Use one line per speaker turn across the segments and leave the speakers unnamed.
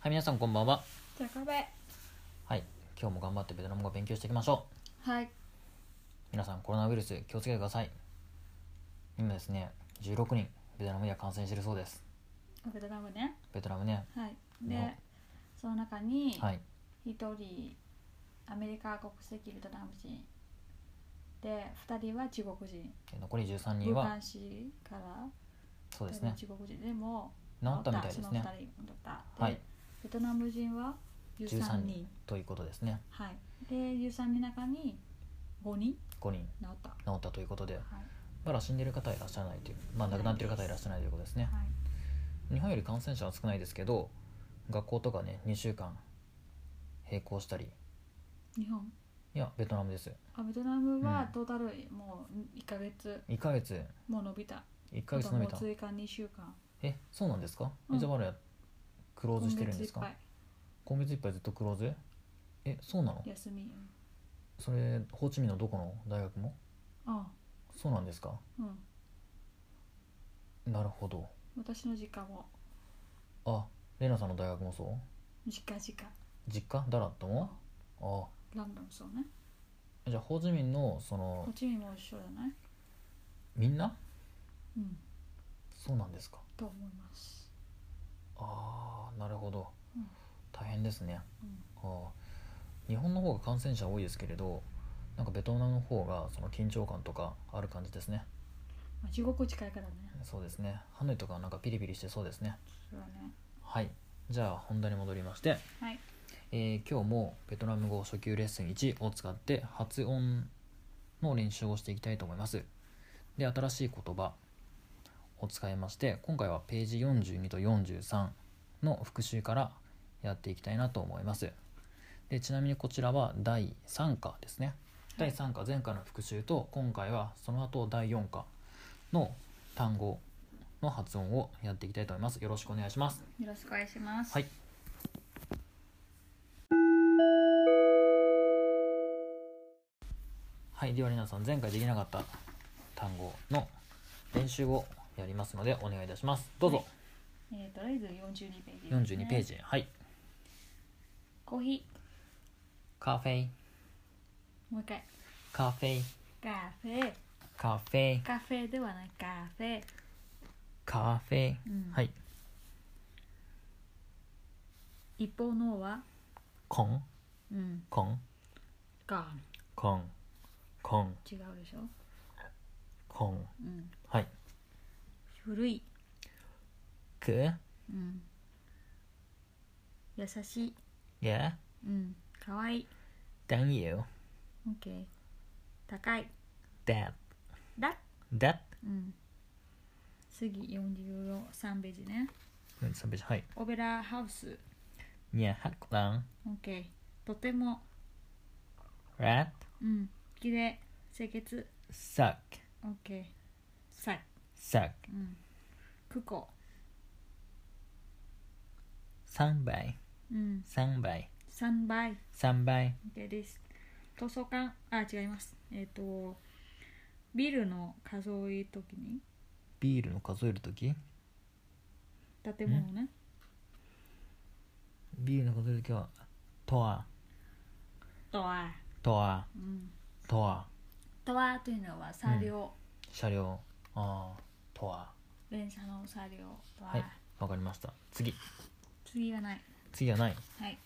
はい、皆さんこんばんは。
じゃあ壁
はい、今日も頑張ってベトナム語を勉強していきましょう。
はい
皆さん、コロナウイルス気をつけてください。今ですね、16人、ベトナムには感染してるそうです。
ベトナムね
ベトナムね。
はいで
ね
その中に
はい、
一人アメリカ国籍ベトナム人で二人は中国人
で残り13人
武
は、
漢市から
そうです
人は
ね、
中国人でも
治ったみたいです
その二
ね
人。だった
は
で
い、
ベトナム人は
13
13
人
人
ということですね。
はいで13人の中に5人
5人
治ったは
治ったということで、
い
まだ死んでる方はいらっしゃらないという、まあ亡くなってる方はいらっしゃらないということですね。
はい
日本より感染者は少ないですけど、学校とかね、2週間並行したり、
日本
いや、ベトナムです。
あベトナム
う
は
ん
トータルもう1ヶ月
1ヶ月、
もう伸びた
1ヶ月
あ
伸び
ともう
た。
追加2週間
えそうなんですか、
うん
じゃあまだクローズしてるんですか
今
今
月
月い
いっ
っぱいずっとクローズえそうなの
ぱい休みうん
それホーチミンのどこの大学も
あ
そうなんですか
うん
なるほど
私の実家も
あレナさんの大学もそう
実家実家
実家ダラットもあ
ランドンそうね
じゃあホーチミンのそ
こ
の
っちにも一緒じゃない
みんな
うん
そうなんですか
と思います
ああなるほど、
うん
大変ですね、
うん
あー日本の方が感染者多いですけれどなんかベトナムの方がその緊張感とかある感じですね
まあ中国近いからね
そうですねハノイとかはなんかピリピリしてそうですね
そうだね
はいじゃあ本題に戻りまして、
はい
えー今日もベトナム語初級レッスン1を使って発音の練習をしていきたいと思いますで新しい言葉を使いまして今回はページ42と43の復習からやっていきたいなと思いますでちなみにこちらは第3課ですね、
はい
第3課前回の復習と今回はその後第4課の単語の発音をやっていきたいと思いますよろしくお願いします
よろしくお願いします
はいはい、では皆さん前回できなかった単語の練習をやりますのでお願いいたします。どうぞ、
えーとりあえず42ページですね
42ページ。はい。
コーヒ
カフェイ、
ーもう一回
カフェイ、
カフェ
カフェイ、
カフェではないカフェ
カフェイ。
うん
はい。
一方のは
コン、
うん
コン、
ガーン
コン、コン、
違うでしょ
コン。
うん
はい。
古い
く、
うん優しい
や、
うんかわいい
だんゆ、
OK 高い
だ、
だ
だ、
うん次43ページね
うん、三ページ。はい。
オペラハウス
にゃはくらん、
OK とても
ら、
うん綺麗清潔
さく、
OK さ
さく、
うんクコ
三倍、
うん
三倍、
3倍
三倍、
OK です図書館あ違いますえっ、とビルの数え時に
ビールの数えるとき
建物ね
ビールの数えるときは、とア
ドア
とア
うん
とア
ドアというのは車両、
車両、ああ、とア
電車の車両ドア、
はい、わかりました。次、
次はない
次はない。
はい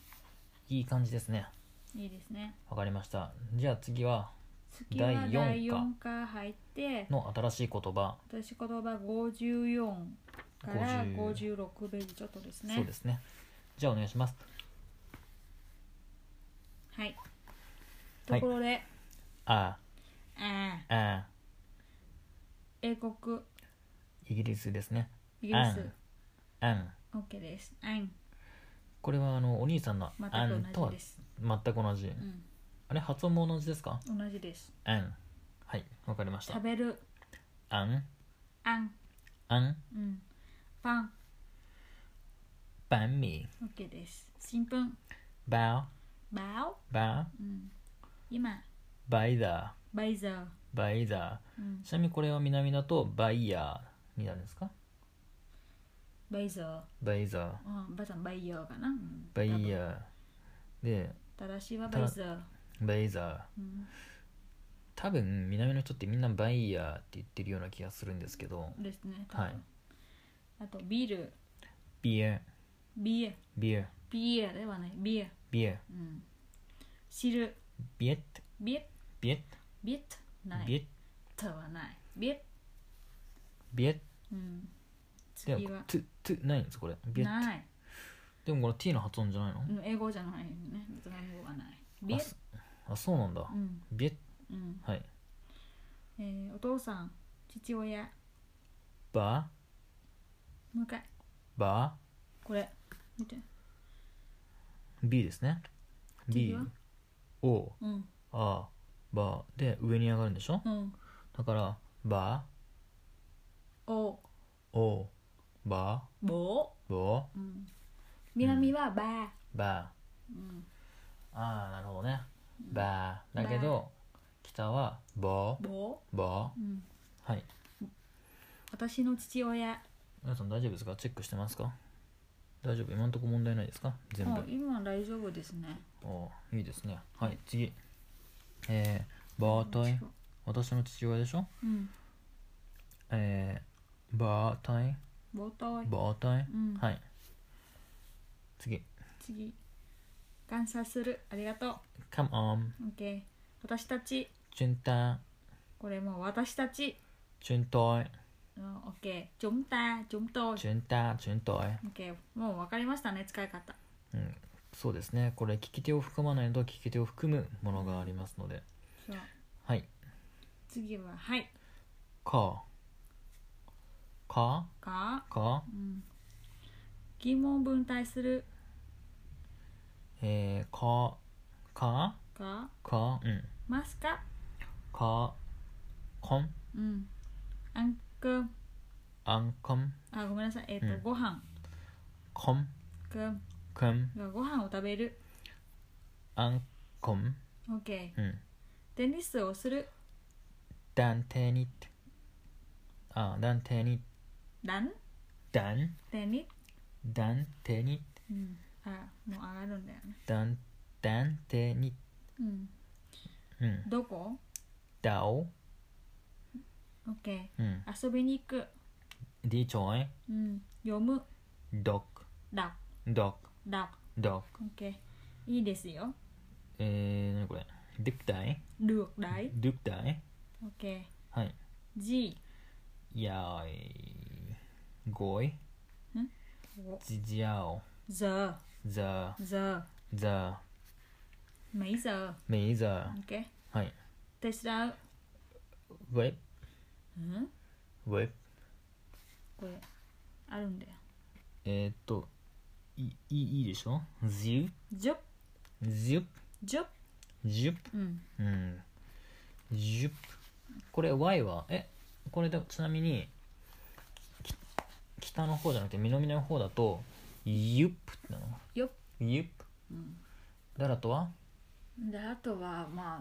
いい感じですね。
いいですね
わかりました。じゃあ次は、
次は
第四
第
課
4課入って
の新しい言葉、
私言葉54から
50
56ページちょっとですね
そうですね。じゃあお願いします。
はい
は
と
い
ころで、
あ
あー
あ、ああ、
英国
イギリスですね。
イギリス
アン。
OK ですアン
これはあのお兄さんの
全
アン
く
と
同
は
じです、
全く同じ。
う
あれ、発音も同じですか
ん、同じです
アン。はい、わかりました
食。べる
アン、
アン、
アン、
うん、パン
バンミ
OK です新聞
ー、バ
バオ、
オ、バ
うん、今
オ、バイダー。
バイザー、
バイザ
うん
ー。ちなみにこれは南だとバイヤーになるんですか
バイザ
バイザー
ー、うん、バイザーバイヤーかな、うん
バイ
ー
ヤーで
正しいはバイザー、
バイザー
うん、
多分南の人ってみんなバイヤーって言ってるような気がするんですけど
ですね
はい
多分あとビール
ビエ
ビエ
ビエ
ビエではないビエ、
ビエ
うん、汁
ビエット
ビエ
ビエッ
ビエッない
ビエッ
とはないビエ
ビエッ
うん、
で
次
も
は
トゥトゥないんですこれビエット
ない、
でもこれ T の発音じゃないの
うん、英語じゃないよねベトナム語はないビエ
あそあそうなんだ
うん
ビエッ
うん
はい
えー、お父さん父親
バ
もう一回
ーバ
これ見て
ー B ですね
次
B
は
O
うん
あバーで上に上がるんでしょ
うん
だからバ
お
ーオーバ
ぼ
ーボー
うん南はば
バ
うん
ーああなるほどねバーだけど北はボー
ぼ
ボ
うん
ーはい
私の父親
皆さん大丈夫ですかチェックしてますか大丈夫今んとこ問題ないですか全
もう
部
今大丈夫ですね
おーいいですねはい次えー、バータイ私の父親でしょ
うん
えー、バータイ
ぼとい
バータイ
うん
はい次
次感謝するありがとう
Come on
OK 私たち
チュンタン
これもう私たち
チュントイ
うん OK chúng ta chúng tôi
チュンタンチュントイ
OK もう分かりましたね使い方
うん、そうですねこれ聞き手を含まないと聞き手を含むものがありますので
そう
はい
次ははい
かか
か
か
うん疑問分体する
えー、かか
か
かうん
ますか
かこん
うんあんくん
あんこん
あごめんなさいえっ、と、
うん
ご飯
こん
くん
くん
がご飯を食べる
あんこん
OK
うん
テニスをする
だんてにってあだんてに
ラン
だん
テニ
だんてに
うんあもう上がるんだよね
だんだんてに
うん
うん
どこ
だお
OK
うん
遊びに行く
でちょい
うん読む
どく
だ
どく
だ
どく
OK いいですよ
えー、何これドゥクダイ
được đấy
ドゥクダイ
OK
はい
G
やーいごい
Ủa,
じじゃお
giờ
ザ
giờ
ザ
mấy giờ
めいザ
OK
はい
tại sao
ウェ
ừ?
ブウェブ
これあるんだよ
えー、っといいいいでしょジ
ジュッ
ュジュ
ジュッ
ジュ
うん
うんジュこれ Y はえこれでちなみにき北の方じゃなくて南の方だとユップってなの
よ
ユップ
うん
だらとは
であとはまあ、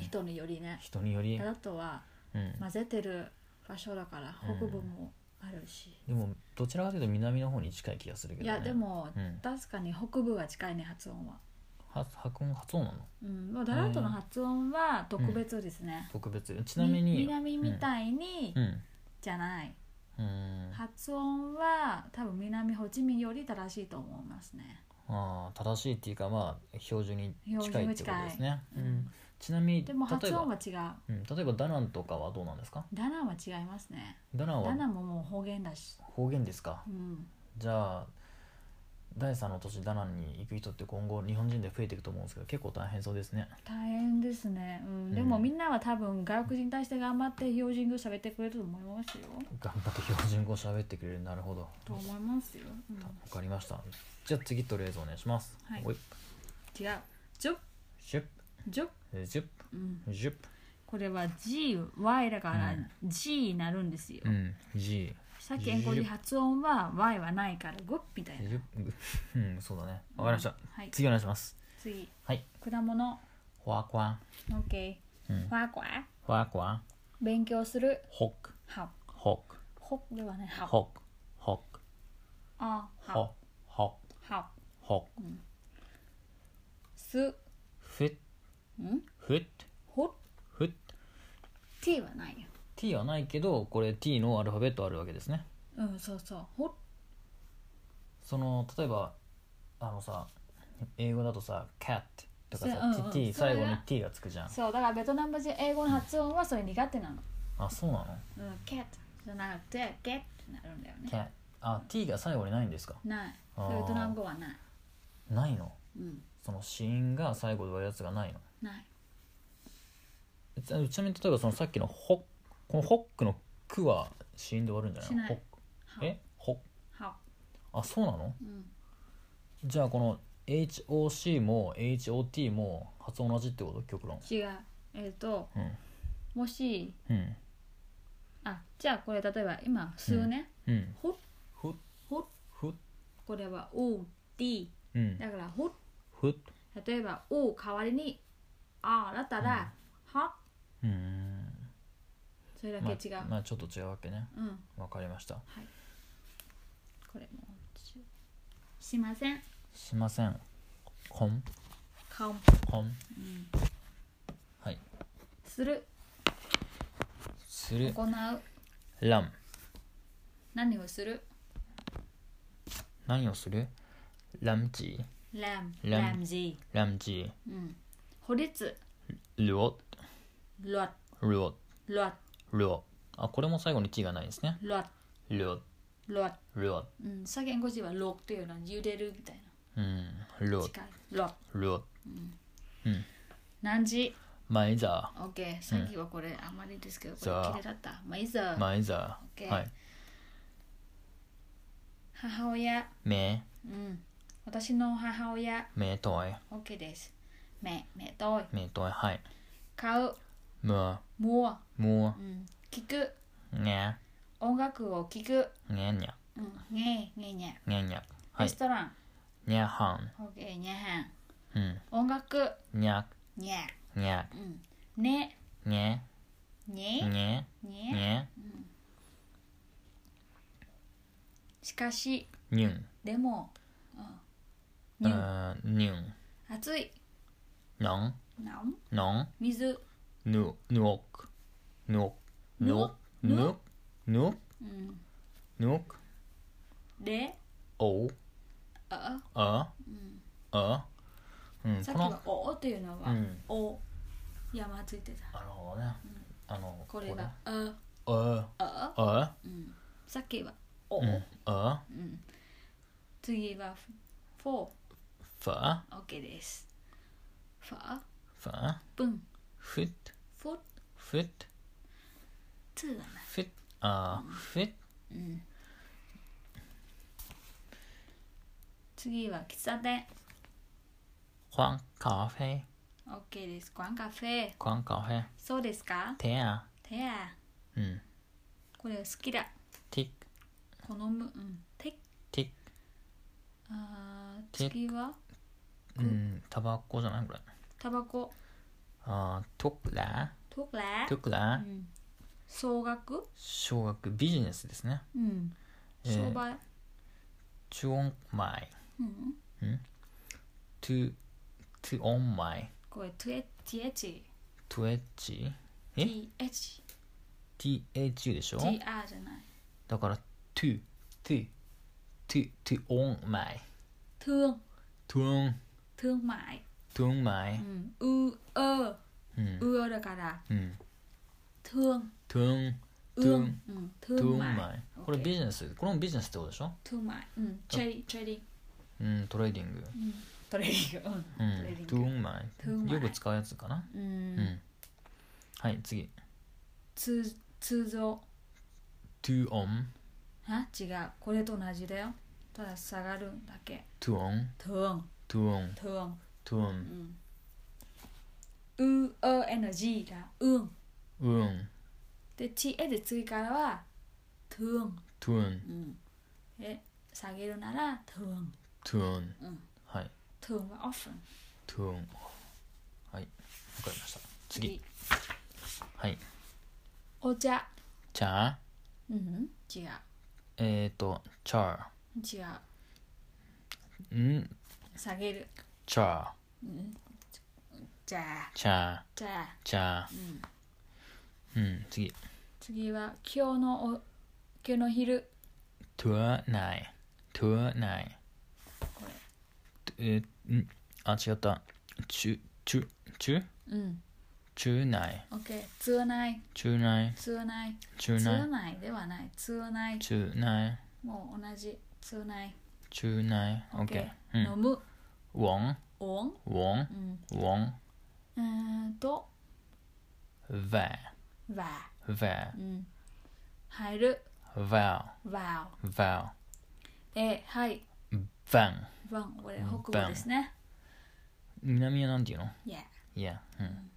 人によりね
人により、
あとは
うん、
混ぜてる場所だから北部もあるし、
でもどちらかというと南の方に近い気がするけど、
い
ね、
やでも、
うん
確かに北部は近いね発音は
は発音発音なの
うんもうダラートの発音は特別ですね、
特別ちなみに
南みたいに、
うん
じゃない
うん
発音は多分南ホチミンより正しいと思いますね
あー正しいっていうかまあ標準に近いってことですね、
標準に
う
近い
ん、ちなみに
でも
例え
発音
ば、
は違
う
う
ん、例えばダナンとかはどうなんですか
ダナンは違いますね
ダナン
ダナ
は
ンももう方言だし
方言ですか
うん
じゃあ第3の都市ダナンに行く人って今後日本人で増えていくと思うんですけど結構大変そうですね
大変ですね、うんでもみんなは多分外国人に対して頑張って標準語喋ってくれると思いますよ
頑張って標準語喋ってくれるなるほど
と思いますよ、うん
わかりましたじゃあ次とりあえずお願いします
はい
おい
違うジュッ
シュッ
ジュッ、
ジュッ
うん、
ジュッ
これは GY だから
うん
G になるんですよ、
うん、G
さっき英語で発音は Y はないからグッみたいな
ジュッうんそうだねわかりました、
はい
次お願いします
次
はい
果物
ホワコワン
OK
うん
ファーコア
ホワコワン
勉強する
ホック
ハ
ホック
ホではないハ
ホックホック
あ
は
は
は
は
は
す
ふっ
ん
ふっ
ほ
ふっ
t はないよ
t はないけどこれ t のアルファベットあるわけですね
うんそうそうほ
その例えばあのさ英語だとさ cat とか
そううんう
さ
ん
t
それ
最
が
後に t がつくじゃん
そうだからベトナム人英語の発音はそれ苦手なの
あそうなの
うん cat じゃなくて get ってなるんだよね
cat あ t が最後にないんですか
ない
あー
ベトナム語はない
ないの
うん
その子音が最後で割るやつがないの
ない
えちなちなみに例えばそのさっきのホッこのホックのクは子音で割るんじゃないの
しない
ホッ
は
クえホッ
は
あそうなの
うん
じゃあこの HOC も HOT も発音同じってこと極論
違うえっ、と
うん
もし
うん
あじゃあこれ例えば今数ね、
うん
ほ
ふっ
ほ
ふっ
これは o d
うん
だからほ
ふっ
例えば o 代わりに r だったら、は
うーん
それだ
ま
け違う、
あまあちょっと違うわけね
うん
わかりました
これもししません
しませんこん
顔も
こんはい
する
する
行う
らん
何をする
何をするラムジ
ラム
ラム
ラムジ
ーラムジ
ーうん法律
ールオ
ロッ
ルオ
ロッ
ルオあこれも最後に t がないですね
ロッ
ルオ
ロッ
ルオ
うん左言語字はロッというのは茹でるみたい
うんル
な
オ
近いロッ
ルオ
何時
マイザ
OK さっきはこれあまりですけどこれ
さあ
綺麗だったまあいざ
ーマイザー
OK
はい
母親
め
うん私の母親
めとい
OK です目目とい
めといはい
買う
む
もう
む
うん聞く
ね
音楽を聞く
ねにゃ
うんねえねえね
ねにゃ
え
は
レ
い
ストラン
にゃはん
OK にゃはん
うん
音楽
にゃ
にゃ
にゃ
うんね
ね
ね
ね
ね
ね
しかし
にゅん
でもう
う
んにゅ
ーんにゅん
暑い
なん
なん
なん
水
ぬぬおくぬおくぬおくぬおくぬおく
うん
ぬおく
で
おう
あ
ああうん
さっ
こ
き
の
の「お」というのは
うん
「お」山ついてた
なるほどねあの
これが「あ
これあ」
あ
あ
さっきは「お」
うんあ
次は「フォ
ふぁ
ー」OK です「ファー
ふぁ」
「ブン」
ふっ
「フォー」
ふっ
「ツー」はない
ふっあーふっ
次は喫茶店
コワンカフェ
OK ですコンカフェ
コワンカフェ
そうですか
てや
てや
うん
これ好きだ
ティック
好むうんて
ティッ
あー
て
次は
クうんタバコじゃないこれ
タバコ
あートクラ
トクラ
トクラ
うん総額
小学ビジネスですね
うん
えー
商売
チュオンマイ
うん
トゥトゥオンマイ
これ TH
トゥエッチえ
TH
THU でしょ
TR じゃない
だからトゥトゥトゥトゥオンマイ
thương
トゥオン
thương mại
トゥオンマイ
うんうö
うん
う ö だから
うん
thương
トゥントゥ
ương
ン
ừ,
トゥ
thương
ンマ
mại
イこれビジネスこれもビジネスってことでしょ
thương mại ừ, trading trading
うんトレーディング
trading うん
う
trading
んトゥンマ
トゥン
イ
マイ
よく使うやつかな
う
うんんはい次
通通常
トゥオン
あ違うこれと同じだよただ下がるだけ
トゥオン
トゥン
トゥオン
トゥン
トゥオン
う UNG がうん
ウーン
で TA で次からはトゥン
トゥーン
え下げるならトゥン
トゥーン
うん
はい
トゥンはオフン
トゥーンはいわかりました次はい
お茶
チャー
うん違う
えっとチャー
違うん下げる
ちゃ
うんじゃあ
ちゃ
じゃあ
ちゃ
うん
うん次
次は今日のお今日の昼
とわないとわない
こ
えーんあ違ったちゅちゅちゅ
れうん
ちゅない
オッケーつわない
ちゅない
つわない
ちゅ
つ
な
わ
い
ないではないつわない
ちゅない
もう同じつわない
ちゅないオッケーうん
飲む
ウォン
おん
ウォン
うん
ウォン
うーんと
ヴァ
わ
ヴァ
うん入る
ヴァ
わ
ヴァ
えはい
ヴァン
ワンこれ
うん
北
バ
部
ン
ですね
南はなんていうの
いや
いやうん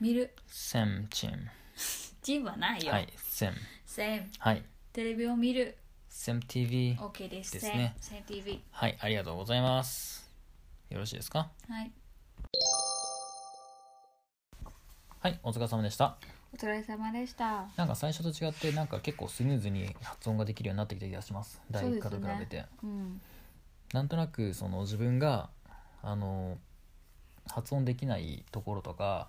見る
セムチン
ジンはないよ、
はいセム
セン
はい
テレビを見る
セム TV
OK です
ですね
セン TV
はいありがとうございますよろしいですか
はい
はいお疲れ様でした
お疲れ様でした
なんか最初と違ってなんか結構スムーズに発音ができるようになってきた気がします第1課と比べ
そう
て、
でうん
なんとなくその自分があの発音できないところとか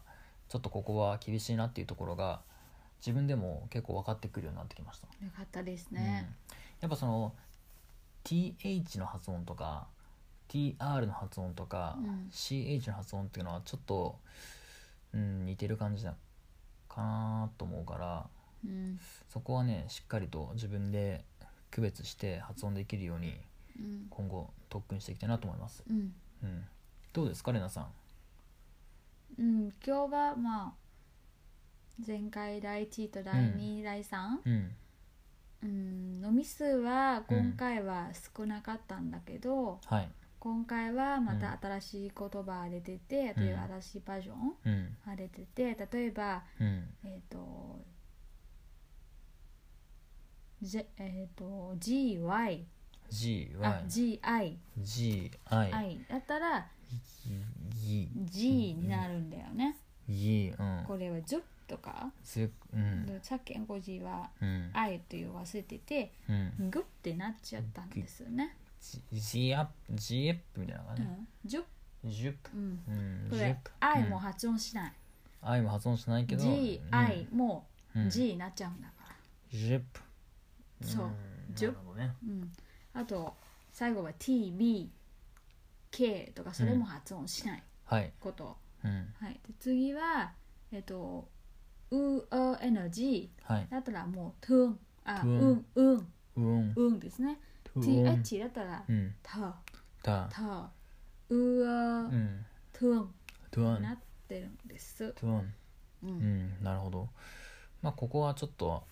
ちょっとここは厳しいなっていうところが自分でも結構分かってくるようになってきました、
よかったですね
うん、やっぱその TH の発音とか TR の発音とか、
うん
CH の発音っていうのはちょっと、うん、似てる感じなかなと思うから
うん
そこはねしっかりと自分で区別して発音できるように
うん
今後特訓していきたいなと思います、
うん、
うん、どうですかレナさん
うん、今日はまあ前回第1位と第2位、第3
うん
位、うん、のみ数は今回は少なかったんだけど、
はい
今回はま
う
た
ん
新しい言葉出てて、例えば新しいバージョン
うん
が出てて例えば
うん
えっ、と、J、えっ、と、GY、あ、GI、
GYGI
I だったら G になるんだよね。
G うん
これは10とか、
ずうん
でさっきの5 G は
うん
I という忘れてて、
うん
グってなっちゃったんですよね。
G- G アップ G アップみたいな感
う
じ
ん、10、
ジュップ
うん。
うん
こ
ジュ
れ
ップ
I
うん
も発音しない。
I も発音しないけど
G、I も
うん
G になっちゃうんだから。
ジュップ
そうんジュッ
なるほどね
うん、あと最後は TBK とかそれも発音しない
はい
こと、
うん
はい、で次はえっと「う」「お」「え」の「じ
はい」
だったらもう「トゥン」あ「
ト
う
ゥン
ん」「う
う
ん」
ん
「うん」ですね「TH」だったら
う
「
ん
た」「
だ
た」「
う
う」「あ」
ん
「トゥン
トゥ」ア
にな
ン
ってるんです、
トゥアン
う
うんんなるほどまあここはちょっと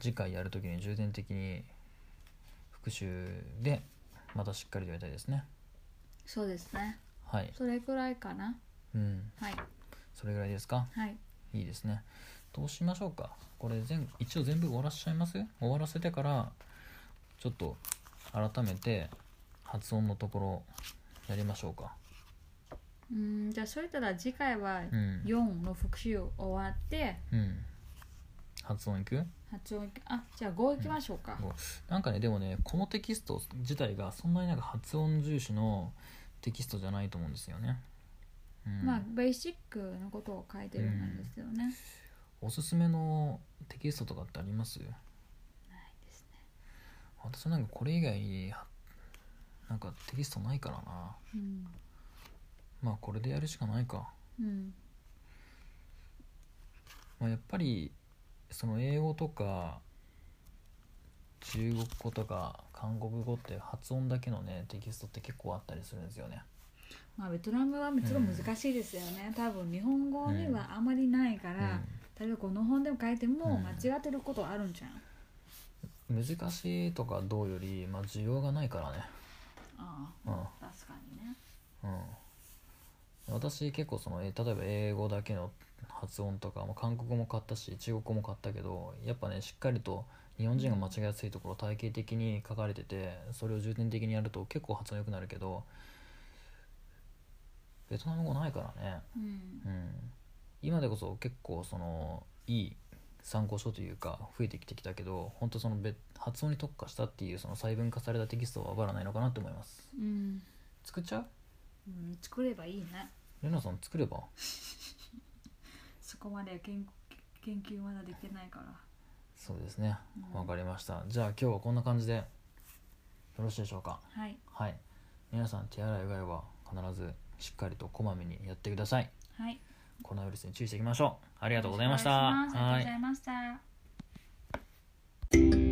次回やるときに重点的に復習でまたしっかりとやりたいですね
そうですね
はい
それくらいかな
うん
はい
それぐらいですか
はい
いいですねどうしましょうかこれ全一応全部終わらせちゃいます終わらせてからちょっと改めて発音のところやりましょうか
うんじゃあそれたら次回は
うん
4の復習終わって
うん発音いく
発音いくあじゃあ5いきましょうか、
なんかねでもねこのテキスト自体がそんなになんか発音重視のテキストじゃないと思うんですよね、うん
まあベーシックのことを書いてるんですよね、
おすすめのテキストとかってあります
ないですね
私なんかこれ以外にはなんかテキストないからな
うん、
まあこれでやるしかないか、
うん、
まあ、やっぱりその英語とか中国語とか韓国語って発音だけのねテキストって結構あったりするんですよね
まあベトナムはちょっと難しいですよね、多分日本語にはあまりないから、例えばこの本でも書いても
うん
間違ってることあるんじゃん、
難しいとかどうより、まあ、需要がないからね
あ
うん
あ確かにね
うん、私結構そのえ例えば英語だけの発音とか、まあ、韓国語も買ったし中国語も買ったけどやっぱねしっかりと日本人が間違いやすいところ体系的に書かれててそれを重点的にやると結構発音良くなるけどベトナム語ないからね、
うん
うん、今でこそ結構そのいい参考書というか増えてきてきたけど本当その別発音に特化したっていうその細分化されたテキストはわからないのかなと思います
うん、
作っちゃう
うん、作ればいいね
レナさん作れば
そこまで研研究まだできてないから
そうですね
うん
わかりましたじゃあ今日はこんな感じでよろしいでしょうか
はい
はい皆さん手洗いうがいは必ずしっかりとこまめにやってください
はい
コロナウイルスに注意していきましょうあり
あ
がとうございました
ありがとう
は
ご
い
ざいました